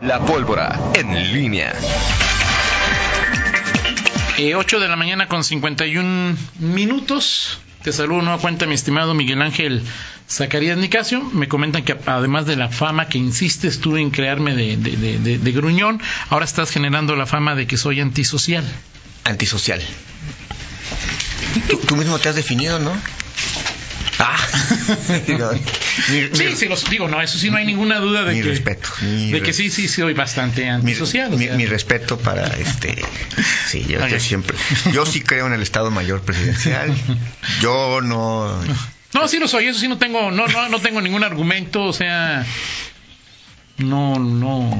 La pólvora en línea. Eh, 8 de la mañana con 51 minutos. Te saludo nueva cuenta, mi estimado Miguel Ángel Zacarías Nicasio. Me comentan que además de la fama que insistes tú en crearme de, de, de- de- de gruñón, ahora estás generando la fama de que soy antisocial. Antisocial. Tú, tú mismo te has definido, ¿no? Ah, digo, mi, mi- Sí, se los digo, no, eso sí no hay ninguna duda de Mi que respeto, mi de que res- sí, sí, soy bastante mi- antisocial. o mi- sea. mi respeto para este. Sí, yo, yo Ok. siempre. Yo sí creo en el Estado Mayor Presidencial. Yo no. No, sí lo soy, eso sí no tengo, no, no, no tengo ningún argumento, o sea, no, no,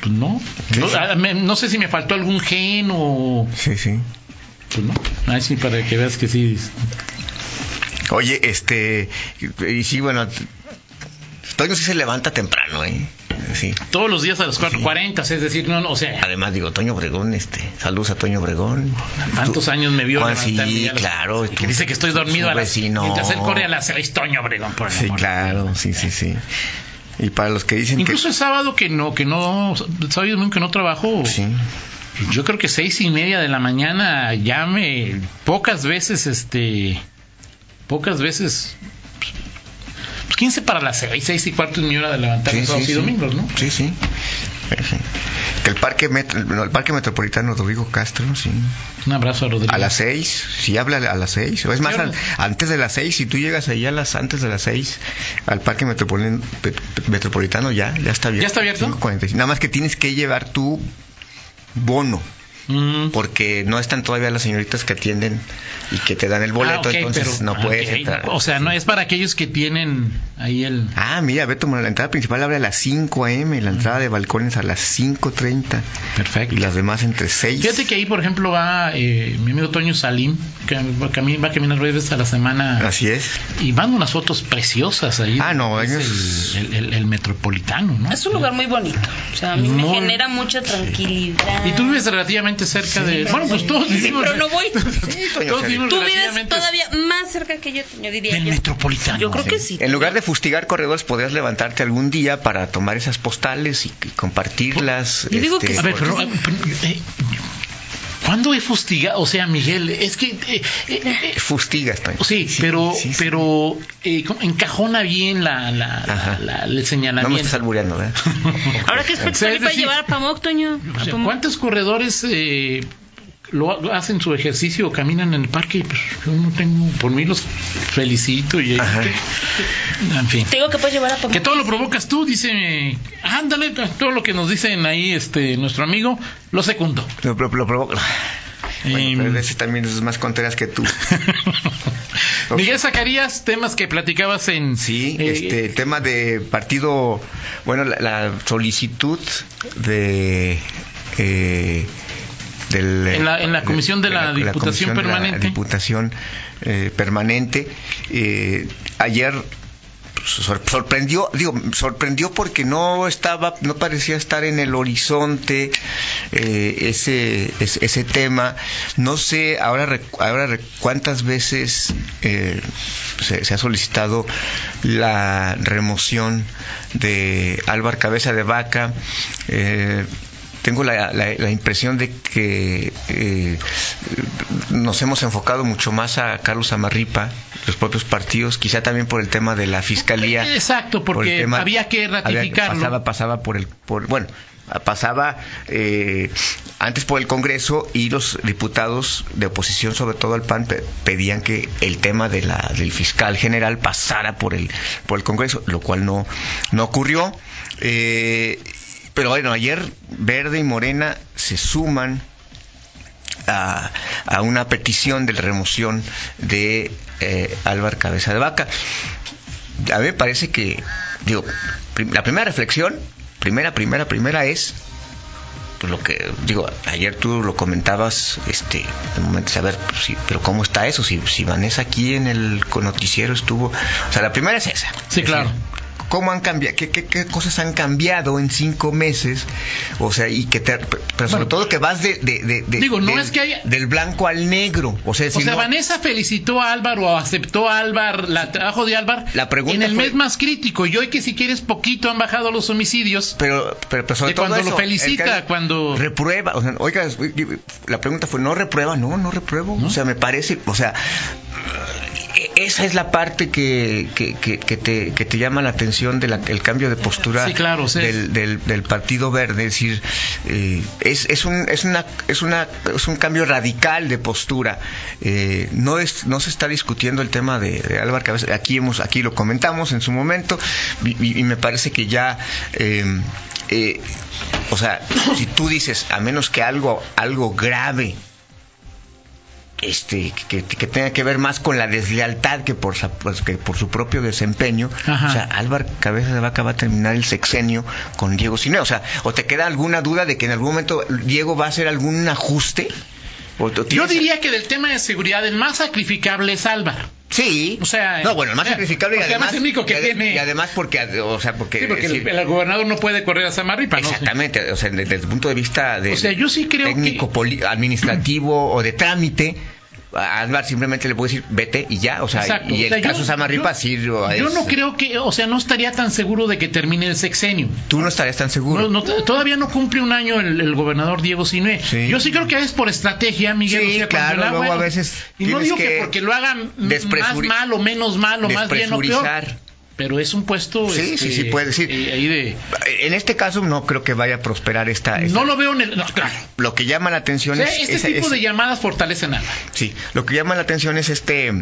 pues no, Sí, no, sí. ah, me- no sé si me faltó algún gen o, Sí, sí. pues no, Ay, sí, para que veas que sí, Oye, este. Y sí, bueno. Toño sí se levanta temprano, ¿eh? Sí. todos los días a las 4.40, es decir, no, no, o sea, Además, digo, Toño Obregón, este. Saludos a Toño Obregón. tantos Tú- años me vio Juan, Ah, sí, levantarme ya a las- claro. Pues, que tú- dice que estoy su- dormido su a las, vecino. mientras él corre a las 6, Toño Obregón, por el Sí, amor de claro, sí, sí, sí. Y para los que dicen Incluso el sábado que no, que no, sábado y domingo que no trabajo, que. Sí. Yo creo que seis y media de la mañana ya me pocas veces este pocas veces pues, 15 para las seis, seis y cuarto es mi hora de levantarme Sí, sábados sí, y sí. domingos, ¿no? Sí, sí. Sí. Que el parque, metro- no, el parque Metropolitano Rodrigo Castro, sí. Un abrazo a Rodrigo. A las seis, si habla a las seis, o es más, ¿Qué an- hora? antes de las seis, si tú llegas allá a las, antes de las seis, al Parque Metropolitano, Metropolitano ya, ya está abierto. ¿Ya está abierto? 5:45. Nada más que tienes que llevar tu bono, Mm, porque no están todavía las señoritas que atienden y que te dan el boleto, ah, ok, entonces pero- no puedes ok, entrar. O sea, no es para aquellos que tienen ahí el Ah, mira, Beto, bueno, la entrada principal abre a las 5 a.m., la entrada de balcones a las 5.30 perfecto. y las demás entre 6. Fíjate que ahí, por ejemplo, va eh, mi amigo Toño Salim, que va a cami- va a caminar varias veces a la semana Así es. y van unas fotos preciosas ahí. Ah, no, es ellos- el, el- el- el metropolitano, ¿no? Es un lugar muy bonito. O sea, a mí me Muy- genera mucha tranquilidad. Y tú vives relativamente cerca de. Bueno, pues todos vivimos. pero no voy. Toño, todos sí. vivimos Tú vives relativamente todavía más cerca que yo, yo diría. del yo. metropolitano. Yo creo que sí. En lugar de fustigar corredores, podrías levantarte algún día para tomar esas postales y, y compartirlas. Este, Yo digo que A ver, pero. por- eh, pero, eh, ¿Cuándo he fustigado? O sea, Miguel, es que. eh, eh, eh, Fustigas, Toño. sí, pero, sí, sí. pero eh, ¿cómo- encajona bien la, la- la- Ajá. la- el No me estás señalamiento. albureando, ¿verdad? Ahora que es O sea, para es decir- llevar a Pamoc, Toño. O A sea, Pamoc. ¿Cuántos corredores eh, lo lo hacen su ejercicio o caminan en el parque? Pues yo no tengo, por mí los felicito y Ajá. en fin. Te digo que puedes llevar a Que Pamoc. todo lo provocas tú, dice, ándale, todo lo que nos dicen ahí este nuestro amigo, lo secundo. Lo, lo- lo provoco. Em. Bueno, pero ese también es más contreras que tú. Miguel Zacarías, temas que platicabas en... Sí, eh, este tema de partido, bueno, la, la solicitud de eh, del, En la- en la comisión de la Diputación comisión de la Permanente. Diputación eh, permanente. Eh, ayer pues, sor- sorprendió, digo, sorprendió porque no estaba, no parecía estar en el horizonte eh, ese, es- ese tema. No sé ahora rec- ahora rec- cuántas veces eh, se, se ha solicitado la remoción de Álvaro Cabeza de Vaca. eh, tengo la, la- la impresión de que eh, nos hemos enfocado mucho más a Carlos Amarripa, los propios partidos, quizá también por el tema de la fiscalía. Exacto, por el porque tema- había que había- ratificarlo. pasaba, pasaba por el, por, bueno, pasaba eh, antes por el Congreso y los diputados de oposición, sobre todo al PAN, pe- pedían que el tema de la, del fiscal general pasara por el, por el Congreso, lo cual no, no ocurrió. Eh, pero bueno, ayer Verde y Morena se suman a, a una petición de la remoción de eh, Álvaro Cabeza de Vaca. A mí me parece que, digo, prim- la primera reflexión, primera, primera, primera es pues, lo que, digo, ayer tú lo comentabas, este, de momento, a ver, pues, sí, pero ¿cómo está eso? Si, si Vanessa aquí en el con noticiero estuvo, o sea, la primera es esa. Sí, claro. ¿Cómo han cambiado? ¿Qué, qué, qué cosas han cambiado en cinco meses? O sea, y que te, pero sobre Bueno, todo que vas de, de- de- de- digo, no del, es que haya- del blanco al negro. O sea, O si sea, no- Vanessa felicitó a Álvaro o aceptó a Álvaro el trabajo de Álvaro La pregunta en el fue- mes más crítico. Y hoy que si quieres poquito han bajado los homicidios. pero, pero, pero sobre de todo cuando eso, lo felicita, el que- cuando... reprueba, o sea, oiga, la pregunta fue, ¿no reprueba? No, no repruebo, o sea, me parece, o sea, e, esa es la parte que, que, que- que te, que te llama la atención del cambio de postura Sí, claro, sí. del, del- del Partido Verde, es decir, eh, es, es, un, es, una, es, una, es un cambio radical de postura, Eh, no, es, no se está discutiendo el tema de, de Álvaro Cabeza, aquí, hemos, aquí lo comentamos en su momento, y, y- y me parece que ya... eh, eh, o sea, si tú dices, a menos que algo, algo grave, este, que, que tenga que ver más con la deslealtad que por, sa- pues, que por su propio desempeño, Ajá. o sea, Álvaro Cabeza de Vaca va a terminar el sexenio con Diego Sinue. O sea, o te queda alguna duda de que en algún momento Diego va a hacer algún ajuste. O- o Yo tienes- diría que del tema de seguridad el más sacrificable es Álvaro. Sí. O sea, no, bueno, el más eh, sacrificable y porque además además, es el único que y ade- tiene- y además porque, o sea, porque, Sí, porque es el, decir, el gobernador no puede correr a Samarripa, ¿no? Exactamente, o sea, desde el punto de vista de O sea, yo sí creo técnico, que- poli- administrativo o de trámite, a Álvaro simplemente le puede decir vete y ya, o sea, Exacto. y O el sea, yo- caso Samarripa yo- sí lo Yo es- no creo que, o sea, no estaría tan seguro de que termine el sexenio. Tú no estarías tan seguro. No, no, t- todavía no cumple un año el, el gobernador Diego Sinue. Sí. Yo sí creo que es por estrategia, Miguel. Sí, o sea, claro, cuando el agua- luego a veces Y no tienes digo que, que porque lo hagan más despresuri- mal o menos mal o más bien o peor. despresurizar. Pero es un puesto. Sí, sí, sí, puede decir. eh, ahí de. En este caso no creo que vaya a prosperar esta... esta- No lo veo en el. no, claro. Lo que llama la O atención sea, es... este esa- tipo es- de llamadas fortalecen nada. Sí, lo que llama la atención es este...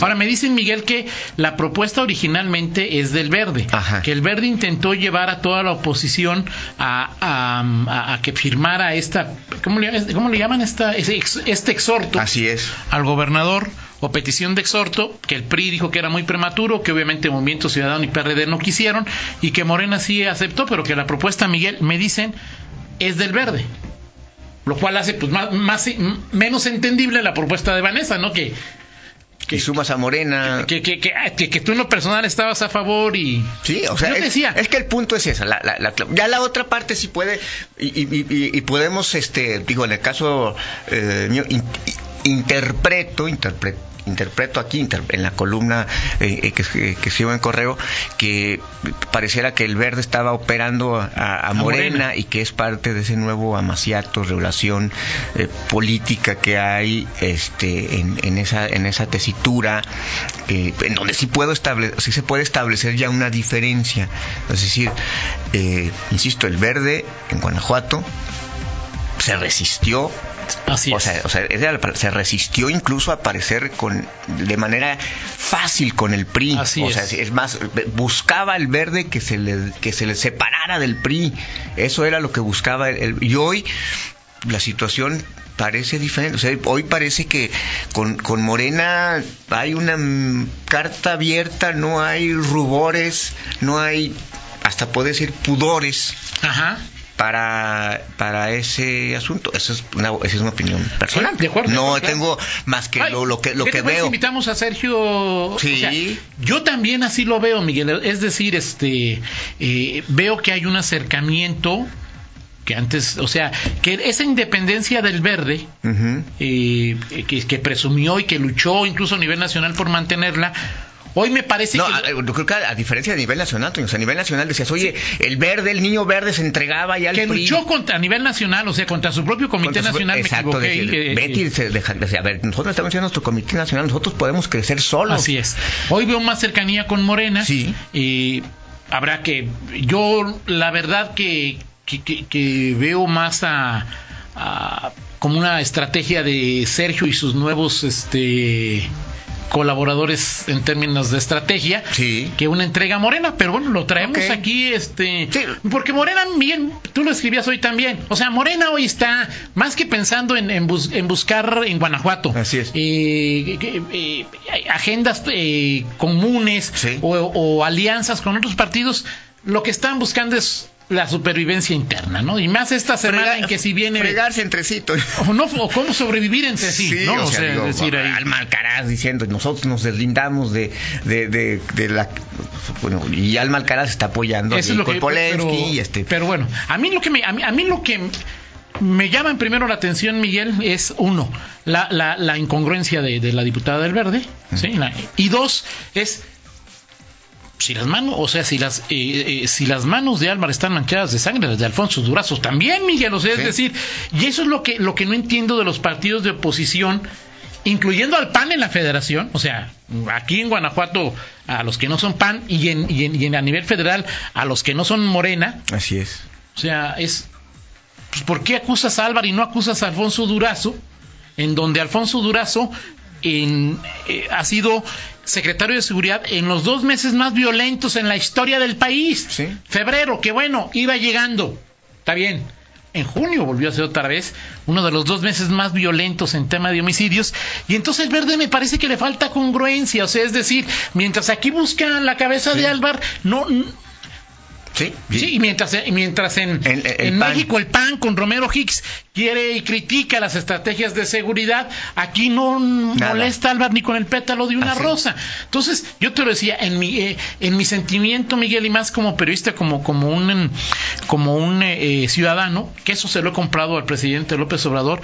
Ahora me dicen Miguel que la propuesta originalmente es del Verde, Ajá. que el Verde intentó llevar a toda la oposición a, a- a- a que firmara esta, ¿cómo le, cómo le llaman esta ese ex- este exhorto Así es. al gobernador o petición de exhorto que el PRI dijo que era muy prematuro, que obviamente Movimiento Ciudadano y PRD no quisieron y que Morena sí aceptó, pero que la propuesta Miguel me dicen es del Verde lo cual hace pues más, más- menos entendible la propuesta de Vanessa, ¿no? Que y sumas a Morena... que, que, que, ah, que- que tú en lo personal estabas a favor y... Sí, o sea, Yo es, decía- es que el punto es esa. la- la- la- ya la otra parte sí puede, y, y- y- y podemos, este, digo, en el caso eh, mío, in- interpreto, interpre- interpreto aquí inter- en la columna eh, eh, que, que- que escribo en correo, que pareciera que el verde estaba operando a, a Morena, Morena. y que es parte de ese nuevo amaciato, relación eh, política que hay este, en, en esa, en esa tesitura, eh, en donde sí, puedo estable- sí se puede establecer ya una diferencia. Es decir, eh, insisto, el verde en Guanajuato se resistió Así o es. sea, o sea, era la par- se resistió incluso a aparecer con, de manera fácil con el PRI. Así o es. sea, es más, buscaba el verde que se le, que se le separara del PRI. Eso era lo que buscaba. El, el- y hoy la situación parece diferente. O sea, hoy parece que con, con Morena hay una mm, carta abierta, no hay rubores, no hay, hasta puedo decir, pudores Ajá. para, para ese asunto. Esa es una, esa es una opinión personal. Sí, de acuerdo, no de acuerdo. tengo más que Ay, lo, lo que, lo ¿qué que te parece si veo. invitamos a Sergio. Sí. yo también así lo veo, Miguel. Es decir, este eh, veo que hay un acercamiento que antes, o sea, que esa independencia del verde, Ujú. eh, que, que presumió y que luchó incluso a nivel nacional por mantenerla, hoy me parece no, que... a- yo creo que a, a diferencia de nivel nacional, Toño, o sea, a nivel nacional decías, oye, el verde, el niño verde se entregaba ya al que PRI. luchó contra, a nivel nacional, o sea, contra su propio Comité Contra su- Nacional. Exacto, me equivoqué, decir, eh, Betty eh, se deja- decía, a ver, nosotros estamos haciendo nuestro comité nacional, nosotros podemos crecer solos. Así es. Hoy veo más cercanía con Morena. Sí. Eh, habrá que. Yo, la verdad, que, que, que- que veo más a, a- como una estrategia de Sergio y sus nuevos este colaboradores en términos de estrategia Sí. que una entrega a morena pero bueno lo traemos Ok. aquí este Sí. porque morena bien tú lo escribías hoy también o sea morena hoy está más que pensando en, en bus- en buscar en Guanajuato Así es. eh, que- eh, agendas eh, comunes Sí. o, o alianzas con otros partidos, lo que están buscando es la supervivencia interna, ¿no? Y más esta semana Frega- en que si viene... Fregarse entrecito. O, no, o cómo sobrevivir entre sí, ¿no? O sea, digo, decir ahí... Alma Alcaraz diciendo, nosotros nos deslindamos de, de, de, de la... Bueno, y Alma Alcaraz está apoyando Eso a es lo que- Nicole Polensky pero, y este... pero bueno, a mí lo que me, a mí, a mí lo que me llama primero la atención, Miguel, es uno, la, la, la incongruencia de, de la diputada del Verde, ¿sí? La- y dos, es si las manos, o sea, si las eh, eh, si las manos de Álvaro están manchadas de sangre, las de Alfonso Durazo también, Miguel, o sea, es Sí. decir, y eso es lo que lo que no entiendo de los partidos de oposición, incluyendo al PAN en la Federación, o sea, aquí en Guanajuato a los que no son PAN y en, y en- y en- a nivel federal a los que no son Morena, Así es. o sea, es pues, ¿por qué acusas a Álvaro y no acusas a Alfonso Durazo? En donde Alfonso Durazo en- eh, ha sido secretario de seguridad en los dos meses más violentos en la historia del país. Sí. Febrero, que bueno, iba llegando. Está bien. En junio volvió a ser otra vez uno de los dos meses más violentos en tema de homicidios. Y entonces el verde me parece que le falta congruencia. O sea, es decir, mientras aquí buscan la cabeza de Álvaro, no, Sí, Sí, y mientras, eh, y mientras en, El- el en PAN. México el PAN con Romero Hicks quiere y critica las estrategias de seguridad, aquí no Nada. molesta a Álvaro ni con el pétalo de una Así. rosa. Entonces, yo te lo decía, en mi, eh, en mi sentimiento, Miguel, y más como periodista, como, como un, em, como un eh, eh, ciudadano, que eso se lo he comprado al presidente López Obrador,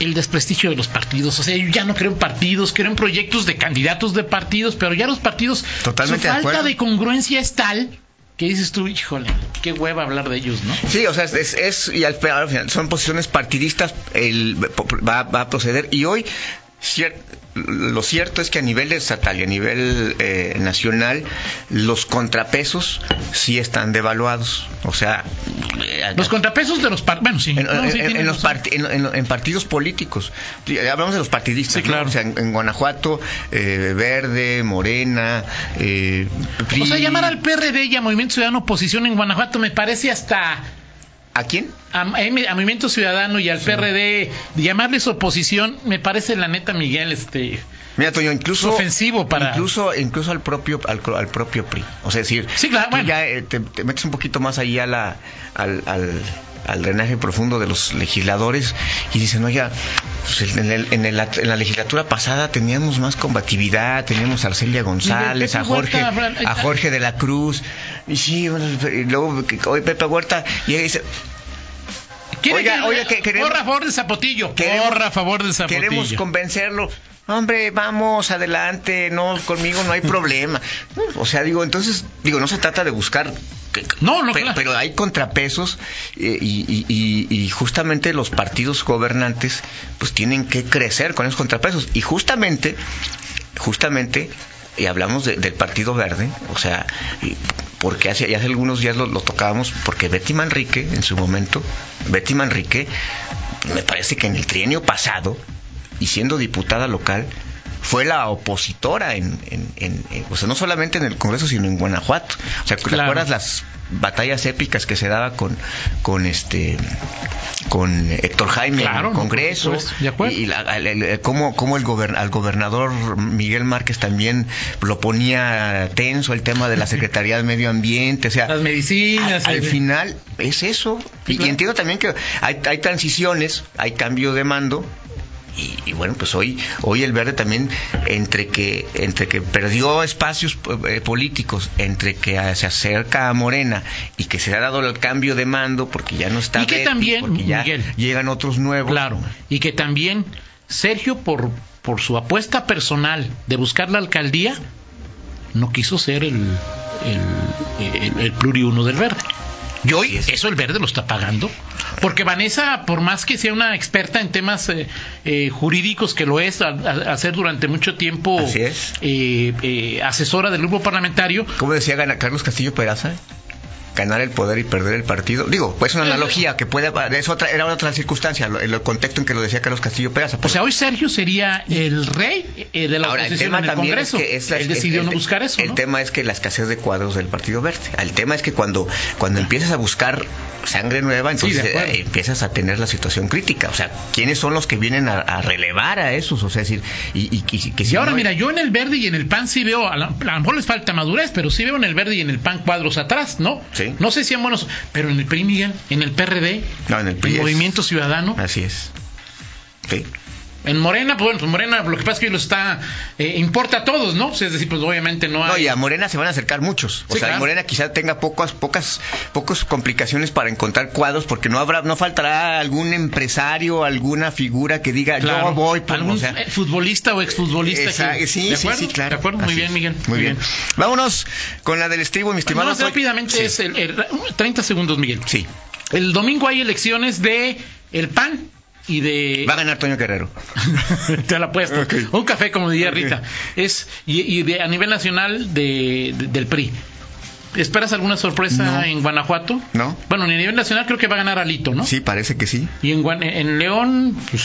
el desprestigio de los partidos. O sea, yo ya no creo en partidos, creo en proyectos de candidatos de partidos, pero ya los partidos Totalmente su de falta acuerdo. de congruencia es tal que dices tú, híjole, qué hueva hablar de ellos, ¿no? Sí, o sea, es, es- es- y al, al final son posiciones partidistas, el, va, va a proceder. Y hoy, cier- lo cierto es que a nivel estatal y a nivel eh, nacional, los contrapesos sí están devaluados. O sea, eh, Los contrapesos de los partidos, bueno, sí, en, no, en- sí en- tienes en los razón. parti- en- en- en partidos políticos. Sí, Hablamos de los partidistas. Sí, ¿no? claro. O sea, en, en Guanajuato, eh, Verde, Morena, eh, PRI. O sea, llamar al PRD y a Movimiento Ciudadano oposición en Guanajuato me parece hasta ¿A quién? a, a M- a Movimiento Ciudadano y al PRD llamarles oposición me parece la neta Miguel este Mira, Toño, incluso Ofensivo para- incluso incluso al propio al, al propio PRI, o sea, es decir, Sí, claro, tú bueno. ya eh, te, te metes un poquito más ahí a la al, al, al drenaje profundo de los legisladores y dicen, "Oiga, pues, en, el- en el- en la legislatura pasada teníamos más combatividad, teníamos a Arcelia González, Pepe a Jorge Huerta, Fran- a Jorge de la Cruz." Y sí, bueno, y luego que- hoy Pepe Huerta y ahí dice, ¿Quieren Oiga, oiga, que- queremos- corra a favor de Zapotillo Queremos- corra a favor de Zapotillo queremos convencerlo. Hombre, vamos adelante, no, conmigo no hay problema. O sea, digo, entonces, digo, no se trata de buscar. que- No, no, pe- claro. pero hay contrapesos eh, y, y- y- y justamente los partidos gobernantes pues tienen que crecer con esos contrapesos y justamente justamente y hablamos de- del Partido Verde, o sea, y- porque hace, y hace algunos días lo, lo tocábamos, porque Betty Manrique, en su momento, Betty Manrique, me parece que en el trienio pasado, y siendo diputada local, fue la opositora en, en- en- en- o sea, no solamente en el Congreso, sino en Guanajuato. O sea, ¿te Claro. acuerdas las batallas épicas que se daba con, con este, con Héctor Jaime Claro, en el no, Congreso? por supuesto, de acuerdo. Y, la- el- el- cómo, cómo el gober- al gobernador Miguel Márquez también lo ponía tenso el tema de la Secretaría de Medio Ambiente, o sea, las medicinas al, al el- final es eso. Y, y entiendo también que hay, hay transiciones, hay cambio de mando. Y, y bueno, pues hoy, hoy el verde también, entre que, entre que perdió espacios eh, políticos, entre que ah, se acerca a Morena y que se ha dado el cambio de mando porque ya no está Y que Betty, también, porque ya Miguel. llegan otros nuevos. Claro, y que también Sergio, por, por su apuesta personal de buscar la alcaldía, no quiso ser el, el, el- el pluriuno del verde. Y hoy eso el verde lo está pagando. Porque Vanessa, por más que sea una experta en temas eh, eh, jurídicos, que lo es, al al- al ser durante mucho tiempo Así es. eh, eh, asesora del grupo parlamentario, ¿Cómo decía gana- Carlos Castillo Peraza? Ganar el poder y perder el partido. Digo, pues es una analogía que puede. Es otra, era otra circunstancia, lo- el contexto en que lo decía Carlos Castillo Peraza. o sea, pues hoy Sergio sería el rey eh, de la Ahora, el oposición tema en el también Congreso. es que es la- Él decidió el- no buscar eso. El ¿no? tema es que la escasez de cuadros del Partido Verde. El tema es que cuando, cuando empiezas a buscar sangre nueva, entonces de acuerdo. eh, empiezas a tener la situación crítica. O sea, ¿quiénes son los que vienen a, a relevar a esos? O sea, es decir, y, y- y- que si Y ahora, no- mira, yo en el verde y en el pan sí veo, a, la- a lo mejor les falta madurez, pero sí veo en el verde y en el pan cuadros atrás, ¿no? Sí. Sí. No sé si en buenos, pero en el PRI, Miguel, en el PRD, No, en el PRI es- Ah. Movimiento Ciudadano, Así es. Sí. en Morena, pues bueno, pues Morena lo que pasa es que lo está, eh, importa a todos, ¿no? Pues, es decir, pues obviamente no hay... No, y a Morena se van a acercar muchos. O Sí, sea, claro. Morena quizá tenga pocas, pocas, pocas complicaciones para encontrar cuadros, porque no habrá, no faltará algún empresario, alguna figura que diga Claro. yo voy por algún o sea, eh, futbolista o exfutbolista. esa- que- sí, ¿De sí, acuerdo? sí, claro. De acuerdo, muy Así bien, es. Miguel. Muy bien. Vámonos con la del estribo, mi estimado. Vamos Toy. rápidamente, Sí. es el- el- 30 segundos, Miguel. Sí. El domingo hay elecciones de El PAN y de... Va a ganar Toño Guerrero. Te la apuesto. Ok. Un café, como diría Ok. Rita. Es, y y de, a nivel nacional de, de- del PRI. ¿Esperas alguna sorpresa No. en Guanajuato? No. Bueno, a nivel nacional creo que va a ganar Alito, ¿no? Sí, parece que sí. Y en, Guan- en León, pues,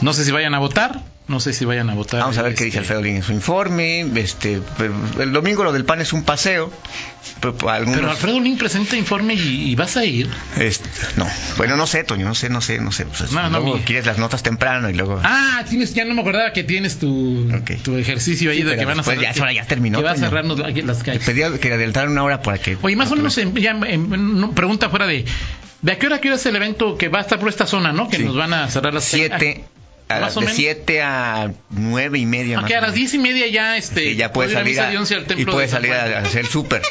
no sé si vayan a votar. No sé si vayan a votar. Vamos a ver Este, qué dice Alfredo Lin en su informe. Este, el domingo lo del pan es un paseo. Pero para algunos- Pero Alfredo Lin presenta informe y, y vas a ir. Este, no, bueno, no sé, Toño, no sé, no sé, no sé. Pues, No, no, luego mira. quieres las notas temprano y luego. Ah, tienes, ya no me acordaba que tienes tu, Ok. tu ejercicio ahí Sí, de pero que van a después cerrar. ya es hora, ya terminó, Que va a Toño. cerrarnos aquí las Te calles. pedía que adelantar una hora para que. Oye, más o Ah, menos, en- ya, en- en- no, pregunta fuera de... ¿De a qué hora, a qué hora es el evento que va a estar por esta zona, no? Que Sí. nos van a cerrar las... Siete. Ah, a- más o de menos. 7 a 9 y media. Ah, más ok, o a las menos. diez y media ya, este... Sí, ya puedo puedes ir a salir. misa a- de once al y templo puedes de San salir a, Juan. a hacer súper.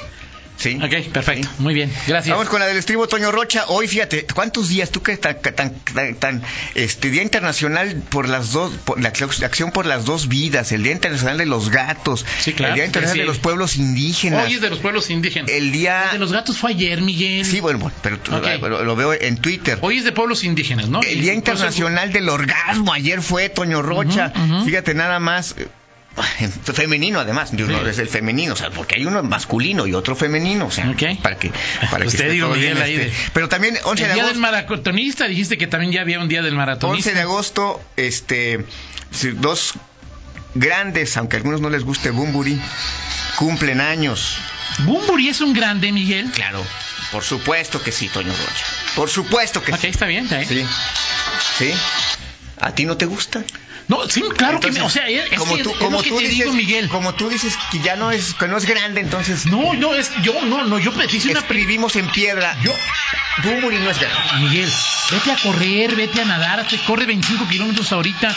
Sí. Ok, perfecto. Sí. Muy bien, gracias. Vamos con la del estribo Toño Rocha. Hoy, fíjate, ¿cuántos días tú que tan, tan, tan, tan, este Día Internacional por las dos, por la acción- acción por las dos vidas, el Día Internacional de los Gatos, Sí, claro, el Día Internacional sí. de los Pueblos Indígenas, Hoy es de los pueblos indígenas. el Día El de los gatos fue ayer, Miguel. Eh, ah. Sí, bueno, bueno, pero tú- Ok. ah, lo, lo veo en Twitter. Hoy es de pueblos indígenas, ¿no? el Día Y- y por eso- Internacional del Orgasmo, ayer fue Toño Rocha. Ujú, ujú. Fíjate, nada más. eh, Femenino, además, Digo, no, es el femenino, o sea, porque hay uno masculino y otro femenino, o sea, Ok. para que, para que Usted esté digo, todo Miguel, bien, este, ahí de- Pero también, 11 El de día agosto. del maratonista, dijiste que también ya había un día del 11 maratonista. de agosto, este, si- dos grandes, aunque a algunos no les guste Bumburi, cumplen años. Bumburi es un grande, Miguel. Claro, por supuesto que sí, Toño Rocha. Por supuesto que Ok, está bien, está bien. sí. Sí. ¿A ti no te gusta? No, sí, claro que Entonces, me, o sea, es, es como que tú, es como lo que tú te dices, digo, Miguel. Como tú dices que ya no es, que no es grande, entonces No, no, es, yo, no, no, yo te hice una pri- escribimos en piedra. Yo- Bumburi no es grande. Miguel, vete a correr, vete a nadar, te corre 25 kilómetros ahorita.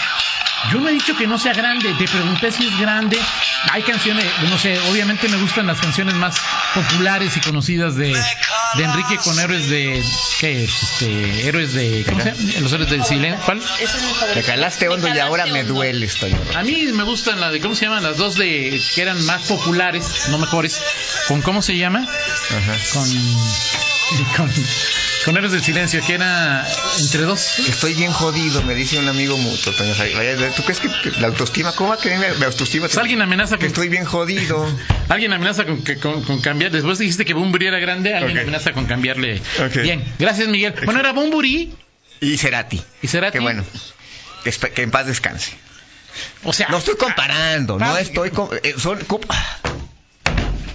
Yo no he dicho que no sea grande, te pregunté si es grande. Hay canciones, no sé, obviamente me gustan las canciones más populares y conocidas de, de Enrique con héroes de. ¿Qué? Este, héroes de. ¿Cómo se llama? Los héroes del silencio. ¿Cuál? Esa es mi favorita. Me calaste hondo y ahora calaste me hondo. dueles, Toño Rocha. A mí me gustan las de, ¿cómo se llaman? Las dos de que eran más populares, no mejores. ¿Con cómo se llama? Ajá. Con. Con, con Héroes del Silencio, que era entre dos. Estoy bien jodido, me dice un amigo mutuo. Toño Rocha. ¿Tú crees que que la autoestima, cómo va a creer mi mi autoestima? Pues alguien amenaza Que con, estoy bien jodido. alguien amenaza con, que- con- con cambiar. Después dijiste que Bumburi era grande, alguien Ok. amenaza con cambiarle. Ok. Bien, gracias Miguel. Bueno, era Bumburi Y Cerati. y será Qué bueno. Que espe- Que en paz descanse. O sea, No estoy comparando, no Ah, estoy... com- eh, Son... com-